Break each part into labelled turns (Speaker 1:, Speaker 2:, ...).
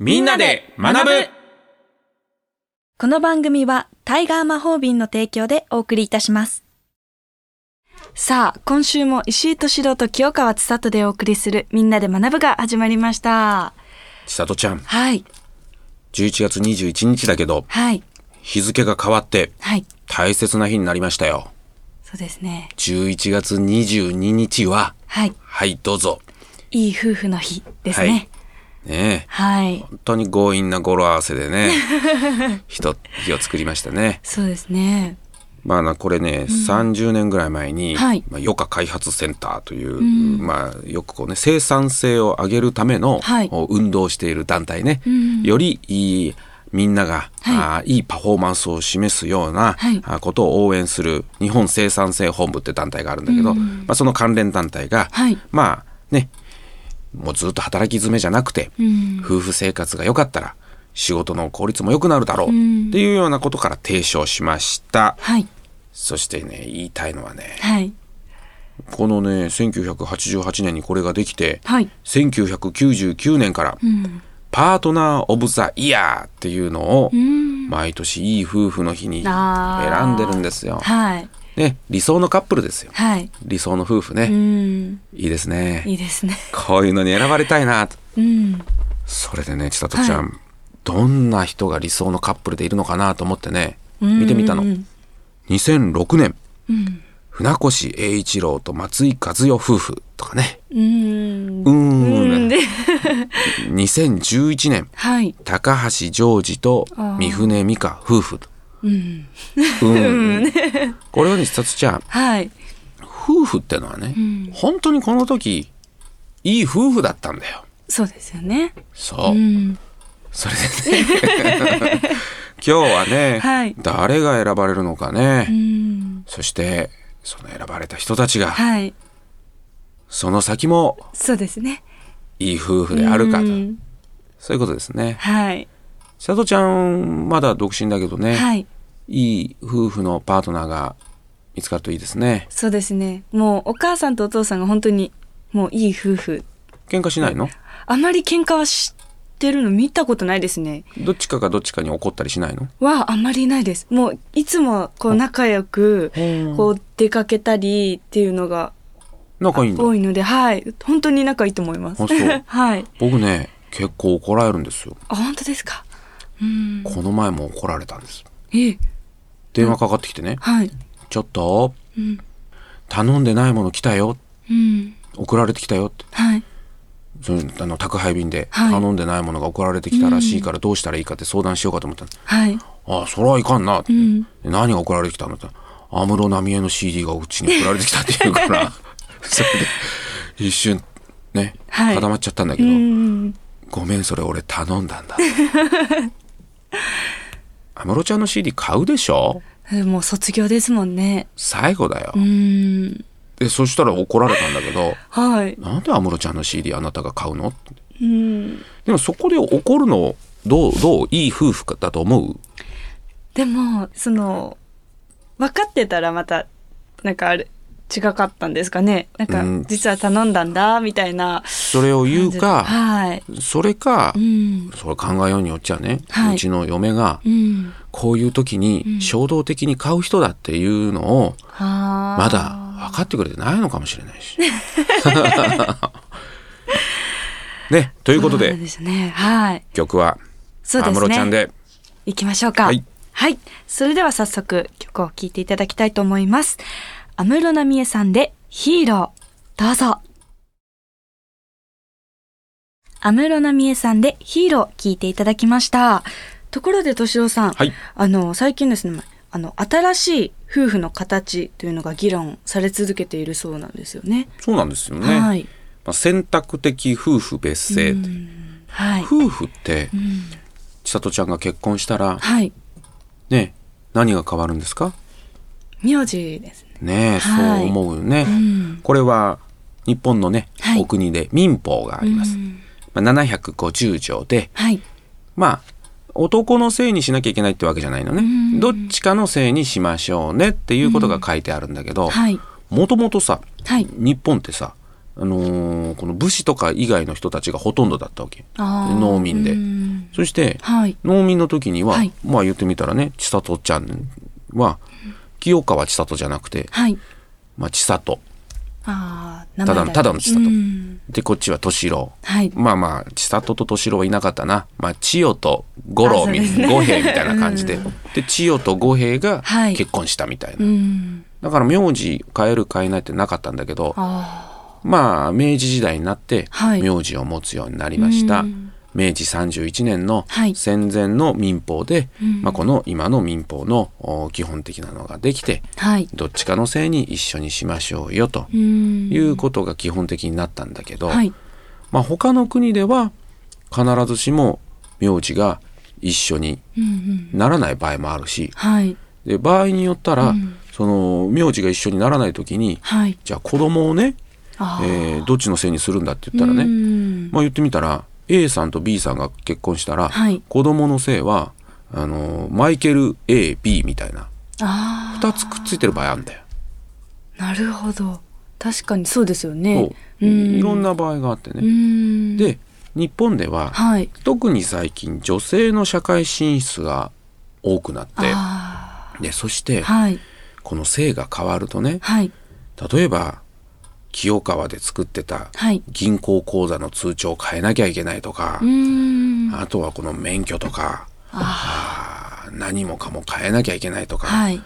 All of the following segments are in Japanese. Speaker 1: みんなで学ぶ
Speaker 2: この番組はタイガー魔法瓶の提供でお送りいたします。さあ、今週も石井敏郎と清川千里でお送りするみんなで学ぶが始まりました。
Speaker 1: ちさとちゃん、
Speaker 2: はい、
Speaker 1: 11月21日だけど、
Speaker 2: はい、
Speaker 1: 日付が変わって
Speaker 2: はい。
Speaker 1: 大切な日になりましたよ。
Speaker 2: そうですね。
Speaker 1: 11月22日は、
Speaker 2: はい。
Speaker 1: はい、どうぞ。
Speaker 2: いい夫婦の日ですね。
Speaker 1: ねえ。
Speaker 2: はい。
Speaker 1: 本当に強引な語呂合わせでね、 人、日を作りましたね。
Speaker 2: そうですね。
Speaker 1: まあな、これね、30年ぐらい前に、
Speaker 2: はい
Speaker 1: まあ、余価開発センターという、まあ、よくこうね、生産性を上げるための、
Speaker 2: はい
Speaker 1: お運動をしている団体ね、よりいい、みんなが、
Speaker 2: はい
Speaker 1: あーいいパフォーマンスを示すような、
Speaker 2: はい
Speaker 1: あーことを応援する日本生産性本部って団体があるんだけど、まあ、その関連団体が、
Speaker 2: はい
Speaker 1: まあねもうずっと働き詰めじゃなくて、
Speaker 2: ん
Speaker 1: 夫婦生活が良かったら仕事の効率も良くなるだろうっていうようなことから提唱しました。
Speaker 2: はい、
Speaker 1: そしてね言いたいのはね
Speaker 2: はい、
Speaker 1: このね1988年にこれができて、
Speaker 2: はい。
Speaker 1: 1999年から、パートナー・オブ・ザ・イヤーっていうのを毎年いい夫婦の日に選
Speaker 2: あ
Speaker 1: ん
Speaker 2: ー
Speaker 1: でるんですよ。
Speaker 2: はい、
Speaker 1: ね、理想のカップルですよ。
Speaker 2: はい。
Speaker 1: 理想の夫婦
Speaker 2: う
Speaker 1: ね。
Speaker 2: ん、
Speaker 1: いいですね。
Speaker 2: いいですね。
Speaker 1: こういうのに選ばれたいなと。
Speaker 2: うん、
Speaker 1: それでね、ちさとちゃん、どんな人が理想のカップルでいるのかなと思ってね、
Speaker 2: うん
Speaker 1: 見てみたの。
Speaker 2: うん
Speaker 1: 2006年、船越英一郎と松井和代夫婦とかね。
Speaker 2: うん、
Speaker 1: うー
Speaker 2: うん
Speaker 1: ん。
Speaker 2: で、
Speaker 1: 2011年、
Speaker 2: はい、
Speaker 1: 高橋ジョージと三船美香夫婦と。
Speaker 2: うん、
Speaker 1: うん。これはね、ちさとちゃん、
Speaker 2: はい。
Speaker 1: 夫婦ってのはね、本当にこの時、いい夫婦だったんだよ。
Speaker 2: そうですよね。
Speaker 1: そう。
Speaker 2: うん。
Speaker 1: それでね 今日はね、
Speaker 2: はい
Speaker 1: 誰が選ばれるのかね、
Speaker 2: うん。
Speaker 1: そしてその選ばれた人たちが
Speaker 2: はい。
Speaker 1: その先も
Speaker 2: そうですね。
Speaker 1: いい夫婦であるかと、
Speaker 2: うん
Speaker 1: そういうことですね。
Speaker 2: はい。
Speaker 1: 佐藤ちゃんまだ独身だけどね、
Speaker 2: はい。
Speaker 1: い、い夫婦のパートナーが見つかるといいですね。
Speaker 2: そうですね。もうお母さんとお父さんが本当にもういい夫婦。
Speaker 1: 喧嘩しないの
Speaker 2: あまり喧嘩はしてるの見たことないですね。
Speaker 1: どっちかがどっちかに怒ったりしないの
Speaker 2: はあまりないです。もういつもこう仲良く
Speaker 1: うん
Speaker 2: こう出かけたりっていうのが
Speaker 1: 仲いいんだ。
Speaker 2: 多いので、はい。本当に仲いいと思います。
Speaker 1: あそう
Speaker 2: はい。
Speaker 1: 僕ね結構怒られるんですよ。
Speaker 2: あ、本当ですか。うん。
Speaker 1: この前も怒られたんです。
Speaker 2: ええ、
Speaker 1: 電話かかってきてね、
Speaker 2: はい。
Speaker 1: ちょっと
Speaker 2: うん。
Speaker 1: 頼んでないもの来たよ
Speaker 2: うん。
Speaker 1: 送られてきたよって
Speaker 2: はい。
Speaker 1: そのあの宅配便で
Speaker 2: はい
Speaker 1: 頼んでないものが送られてきたらしいからどうしたらいいかって相談しようかと思ったの
Speaker 2: はい。
Speaker 1: ああそれはいかんなって、
Speaker 2: ん
Speaker 1: で何が送られてきたのって安室奈美恵の CD がうちに送られてきたっていうから それで一瞬ね、
Speaker 2: はい
Speaker 1: 固まっちゃったんだけど、
Speaker 2: うん。
Speaker 1: ごめんそれ俺頼んだんだ 安室ちゃんの CD 買うでしょ
Speaker 2: えもう卒業ですもんね。
Speaker 1: 最後だよ、
Speaker 2: うーん。
Speaker 1: でそしたら怒られたんだけど
Speaker 2: はい。
Speaker 1: なんで安室ちゃんの CD あなたが買うのって
Speaker 2: うん。
Speaker 1: でもそこで怒るのどうどういい夫婦だと思う
Speaker 2: でも、その、分かってたらまた、なんかあれ、違かったんですかね。なんか
Speaker 1: うん、
Speaker 2: 実は頼んだんだ、みたいな。
Speaker 1: それを言うか
Speaker 2: はい。
Speaker 1: それか
Speaker 2: うん。
Speaker 1: それ考えようによっちゃね、
Speaker 2: はいう
Speaker 1: ちの嫁が
Speaker 2: うん。
Speaker 1: こういう時に衝動的に買う人だっていうのを
Speaker 2: は
Speaker 1: まだ分かってくれてないのかもしれないし。ね、ということ
Speaker 2: そう
Speaker 1: で
Speaker 2: ですね。はい。
Speaker 1: 曲は
Speaker 2: そうです
Speaker 1: 安
Speaker 2: ね。
Speaker 1: 室ちゃんで
Speaker 2: 行きましょうか。
Speaker 1: はい。
Speaker 2: それでは早速曲を聴いていただきたいと思います。安室奈美恵さんでヒーロー。どうぞ。安室奈美恵さんでヒーロー聴いていただきました。ところで敏郎さん、
Speaker 1: はい
Speaker 2: あの、最近ですね、あの、新しい夫婦の形というのが議論され続けているそうなんですよね。
Speaker 1: そうなんですよね、
Speaker 2: は
Speaker 1: ま
Speaker 2: い。
Speaker 1: あ、選択的夫婦別姓って
Speaker 2: はい。
Speaker 1: 夫婦って
Speaker 2: うん
Speaker 1: 千里ちゃんが結婚したら
Speaker 2: はい。
Speaker 1: ね何が変わるんですか
Speaker 2: 名字ですね。
Speaker 1: ねえ、
Speaker 2: はい
Speaker 1: そう思うよね、
Speaker 2: ん
Speaker 1: これは日本のね、
Speaker 2: はい
Speaker 1: お国で民法があります、
Speaker 2: うん
Speaker 1: まあ、750条で
Speaker 2: はい。
Speaker 1: まあ男のせいにしなきゃいけないってわけじゃないのね、
Speaker 2: うん
Speaker 1: どっちかのせいにしましょうねっていうことが書いてあるんだけど
Speaker 2: はい。
Speaker 1: もともとさ
Speaker 2: はい。
Speaker 1: 日本ってさあのーこの武士とか以外の人たちがほとんどだったわけ。農民で
Speaker 2: で。
Speaker 1: そして、
Speaker 2: はい。
Speaker 1: 農民の時には、
Speaker 2: はい
Speaker 1: まあ言ってみたらね、千里ちゃんは、清川千里じゃなくて、
Speaker 2: はい。
Speaker 1: まあ千里。
Speaker 2: ああ、
Speaker 1: ただのただの千里
Speaker 2: 里。
Speaker 1: で、こっちは敏郎。
Speaker 2: はい。
Speaker 1: まあまあ、千里と敏郎はいなかったな。まあ、千代と五郎み
Speaker 2: あそうですね
Speaker 1: 五兵みたいな感じ で。で、千代と五兵が
Speaker 2: はい
Speaker 1: 結婚したみたいな。
Speaker 2: うん。
Speaker 1: だから名字変える変えないってなかったんだけど、
Speaker 2: あ
Speaker 1: まあ、明治時代になって
Speaker 2: はい
Speaker 1: 名字を持つようになりました。
Speaker 2: うん
Speaker 1: 明治31年の
Speaker 2: はい
Speaker 1: 戦前の民法で、
Speaker 2: うん
Speaker 1: まあ、この今の民法のお基本的なのができて、
Speaker 2: あ。はい。
Speaker 1: どっちかのせいに一緒にしましょうよと
Speaker 2: うん
Speaker 1: いうことが基本的になったんだけど、
Speaker 2: はい。
Speaker 1: まあ、他の国では必ずしも名字が一緒に
Speaker 2: うんうん。
Speaker 1: ならない場合もあるし
Speaker 2: はい。
Speaker 1: で場合によったら、
Speaker 2: うん
Speaker 1: その名字が一緒にならない時に
Speaker 2: はい。
Speaker 1: じゃあ子供をね、
Speaker 2: あ
Speaker 1: え
Speaker 2: あ。
Speaker 1: ーどっちのせいにするんだって言ったらね、
Speaker 2: ね。
Speaker 1: まあ、言ってみたら A さんと B さんが結婚したら、
Speaker 2: はい
Speaker 1: 子供のせいはあのマイケル AB みたいな
Speaker 2: あ
Speaker 1: 2つくっついてる場合あるんだよ。
Speaker 2: あ。なるほど。確かにそうですよ
Speaker 1: そ
Speaker 2: ね。
Speaker 1: ういろん
Speaker 2: な。
Speaker 1: な場合があってね。
Speaker 2: うん。、
Speaker 1: で日本では
Speaker 2: はい。
Speaker 1: 特に最近女性の社会進出が多くなって
Speaker 2: あ
Speaker 1: でそして
Speaker 2: あ。はい。
Speaker 1: この性が変わるとね
Speaker 2: はい。
Speaker 1: 例えば清川で作ってた
Speaker 2: はい。
Speaker 1: 銀行口座の通帳を変えなきゃいけないとか
Speaker 2: う、ん。
Speaker 1: あとはこの免許とか
Speaker 2: ああ。
Speaker 1: あー何もかも変えなきゃいけないとか
Speaker 2: はい。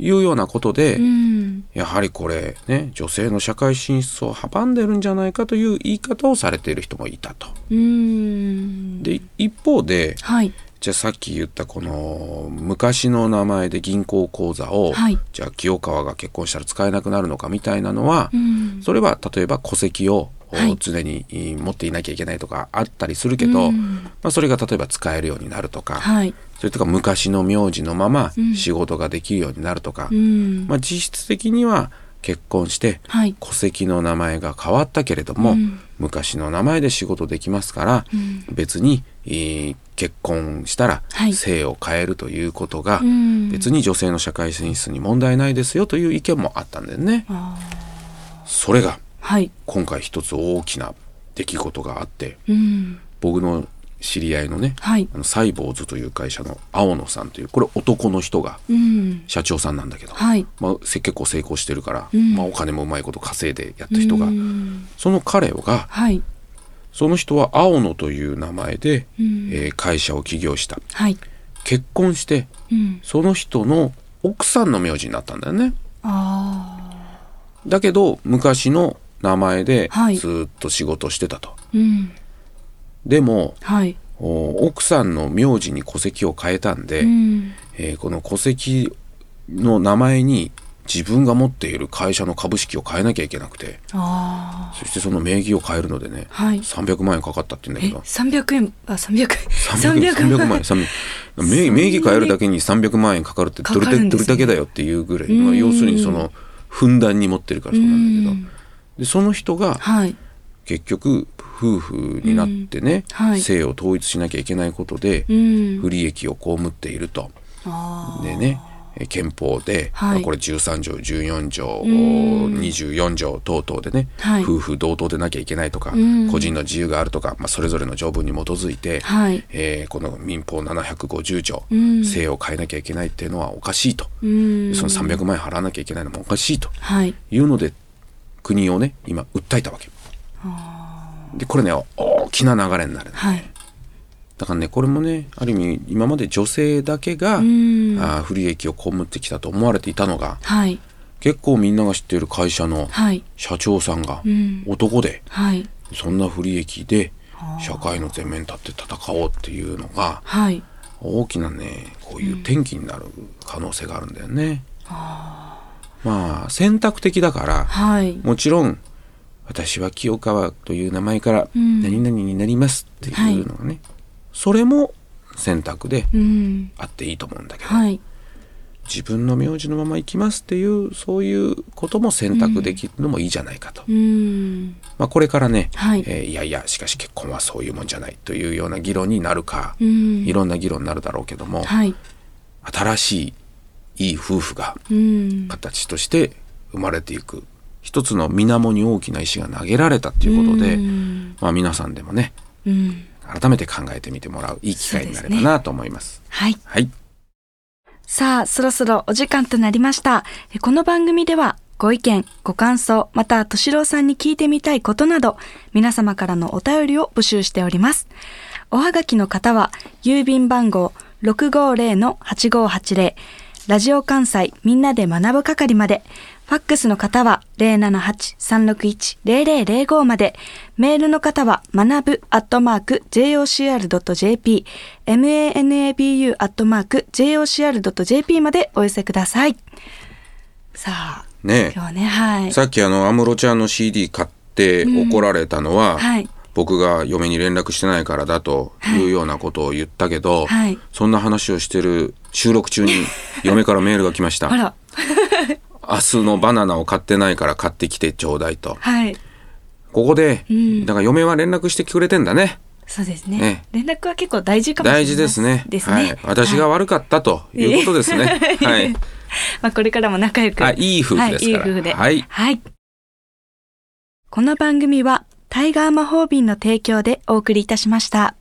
Speaker 1: いうようなことで、
Speaker 2: うん。
Speaker 1: やはりこれね女性の社会進出を阻んでるんじゃないかという言い方をされている人もいたと。
Speaker 2: うん。
Speaker 1: で一方で
Speaker 2: はい。
Speaker 1: じゃあさっき言ったこの昔の名前で銀行口座を、
Speaker 2: はい
Speaker 1: じゃあ清川が結婚したら使えなくなるのかみたいなのは、
Speaker 2: うん。
Speaker 1: それは例えば戸籍を、
Speaker 2: はい
Speaker 1: 常にえー持っていなきゃいけないとかあったりするけど、
Speaker 2: うん
Speaker 1: まあ、それが例えば使えるようになるとか、
Speaker 2: はい。
Speaker 1: それとか昔の名字のまま
Speaker 2: うん
Speaker 1: 仕事ができるようになるとか、
Speaker 2: うん。
Speaker 1: まあ、実質的には結婚して
Speaker 2: はい。
Speaker 1: 戸籍の名前が変わったけれども、
Speaker 2: うん
Speaker 1: 昔の名前で仕事できますから、
Speaker 2: うん
Speaker 1: 別に、えー結婚したら
Speaker 2: はい
Speaker 1: 姓を変えるということが、
Speaker 2: うん
Speaker 1: 別に女性の社会進出に問題ないですよという意見もあったんだよね。
Speaker 2: あ
Speaker 1: それが
Speaker 2: あ。はい。
Speaker 1: 今回一つ大きな出来事があって
Speaker 2: うん。
Speaker 1: 僕の知り合いのね
Speaker 2: はい。
Speaker 1: あのサイボーズという会社の青野さんというこれ男の人が
Speaker 2: うん。
Speaker 1: 社長さんなんだけど、
Speaker 2: はい。
Speaker 1: まあ、せ結構成功してるから、
Speaker 2: うん
Speaker 1: まあ、お金もうまいこと稼いでやった人が、
Speaker 2: うん
Speaker 1: その彼が
Speaker 2: はい。
Speaker 1: その人は青野という名前で、
Speaker 2: うん
Speaker 1: えー会社を起業した
Speaker 2: はい。
Speaker 1: 結婚して
Speaker 2: うん。
Speaker 1: その人の奥さんの名字になったんだよね
Speaker 2: あ
Speaker 1: だけど昔の名前で
Speaker 2: はい
Speaker 1: ずーっと仕事してたと、
Speaker 2: あ。うん。
Speaker 1: でも
Speaker 2: はい。
Speaker 1: お奥さんの名字に戸籍を変えたんで、
Speaker 2: うん。
Speaker 1: えーこの戸籍の名前に自分が持っている会社の株式を変えなきゃいけなくて
Speaker 2: あ
Speaker 1: そしてその名義を変えるのでね
Speaker 2: あ。はい。
Speaker 1: 300万円かかったって言うんだ
Speaker 2: え、
Speaker 1: けど
Speaker 2: 300円、あ、300円。
Speaker 1: 300, 300万円300名名義変えるだけに300万円かかるってどれ
Speaker 2: かかるん
Speaker 1: だど
Speaker 2: です
Speaker 1: れ
Speaker 2: ね
Speaker 1: だけだよっていうぐらい、
Speaker 2: うん
Speaker 1: まあ、要するにそのふんだんに持ってるからそうなんだけどでその人が
Speaker 2: はい。
Speaker 1: 結局夫婦になってね、
Speaker 2: うんはい
Speaker 1: 姓を統一しなきゃいけないことで
Speaker 2: うん。
Speaker 1: 不利益を被っていると。
Speaker 2: ああ。
Speaker 1: でねえー憲法で、
Speaker 2: はい
Speaker 1: まあこれ13条14条
Speaker 2: ん
Speaker 1: 24条等々でね、
Speaker 2: はい
Speaker 1: 夫婦同等でなきゃいけないとか
Speaker 2: うん
Speaker 1: 個人の自由があるとか、まあ、それぞれの条文に基づいて、
Speaker 2: はい。
Speaker 1: えーこの民法750条、
Speaker 2: うん
Speaker 1: 姓を変えなきゃいけないっていうのはおかしいと、
Speaker 2: うん。
Speaker 1: その300万円払わなきゃいけないのもおかしいと
Speaker 2: はい。
Speaker 1: いうので国をね今訴えたわけ。でこれね大きな流れになる
Speaker 2: はい。
Speaker 1: だからねこれもねある意味今まで女性だけが、
Speaker 2: うん。
Speaker 1: あー不利益を被ってきたと思われていたのが
Speaker 2: はい。
Speaker 1: 結構みんなが知っている会社の
Speaker 2: はい。
Speaker 1: 社長さんが
Speaker 2: うん
Speaker 1: 男で
Speaker 2: はい。
Speaker 1: そんな不利益で社会の前面に立って戦おうっていうのが
Speaker 2: はい。
Speaker 1: 大きなねこういう転機になる可能性があるんだよね。まあ選択的だから
Speaker 2: はい。
Speaker 1: もちろん私は清川という名前から
Speaker 2: うん
Speaker 1: 何々になりますっていうのがね、それも選択で
Speaker 2: うん。
Speaker 1: あっていいと思うんだけど、
Speaker 2: はい。
Speaker 1: 自分の名字のまま行きますっていうそういうことも選択できるのもいいじゃないかと、
Speaker 2: うん。
Speaker 1: まあ、これからね、
Speaker 2: はい
Speaker 1: えーいやいやしかし結婚はそういうもんじゃないというような議論になるか、
Speaker 2: うん。
Speaker 1: いろんな議論になるだろうけども、
Speaker 2: はい。
Speaker 1: 新しいいい夫婦が
Speaker 2: うん。
Speaker 1: 形として生まれていく一つの水面に大きな石が投げられたっていうことで、まあ、皆さんでもね
Speaker 2: うん。
Speaker 1: 改めて考えてみてもらういい機会になればなと思います。
Speaker 2: はい。
Speaker 1: はい、
Speaker 2: さあ、そろそろお時間となりました。えこの番組では、ご意見、ご感想、また、としろうさんに聞いてみたいことなど、皆様からのお便りを募集しております。おはがきの方は、郵便番号650-8580、ラジオ関西みんなで学ぶ係まで、ファックスの方は078-361-0005まで、メールの方は学ぶアットマーク jocr.jp、manabu アットマーク jocr.jp までお寄せください。さあ、
Speaker 1: ね
Speaker 2: 今日はね、はい。
Speaker 1: さっきあの安室ちゃんの CD 買って怒られたのは、
Speaker 2: はい。
Speaker 1: 僕が嫁に連絡してないからだというようなことを言ったけど、
Speaker 2: はい
Speaker 1: そんな話をしてる収録中 に嫁からメールが来ました
Speaker 2: あら、
Speaker 1: 明日のバナナを買ってないから買ってきてちょうだいと
Speaker 2: はい。
Speaker 1: ここで、
Speaker 2: うん
Speaker 1: だから嫁は連絡してくれてんだね
Speaker 2: そうですね。
Speaker 1: ね
Speaker 2: 連絡は結構大事かもしれない
Speaker 1: 大事ですね
Speaker 2: ですね。
Speaker 1: はい、私が
Speaker 2: はい
Speaker 1: 悪かったということですねはい
Speaker 2: まあ、これからも仲良く。
Speaker 1: あいい夫婦ですから
Speaker 2: はい、いい夫婦で。
Speaker 1: はい
Speaker 2: この番組は、タイガー魔法瓶の提供でお送りいたしました。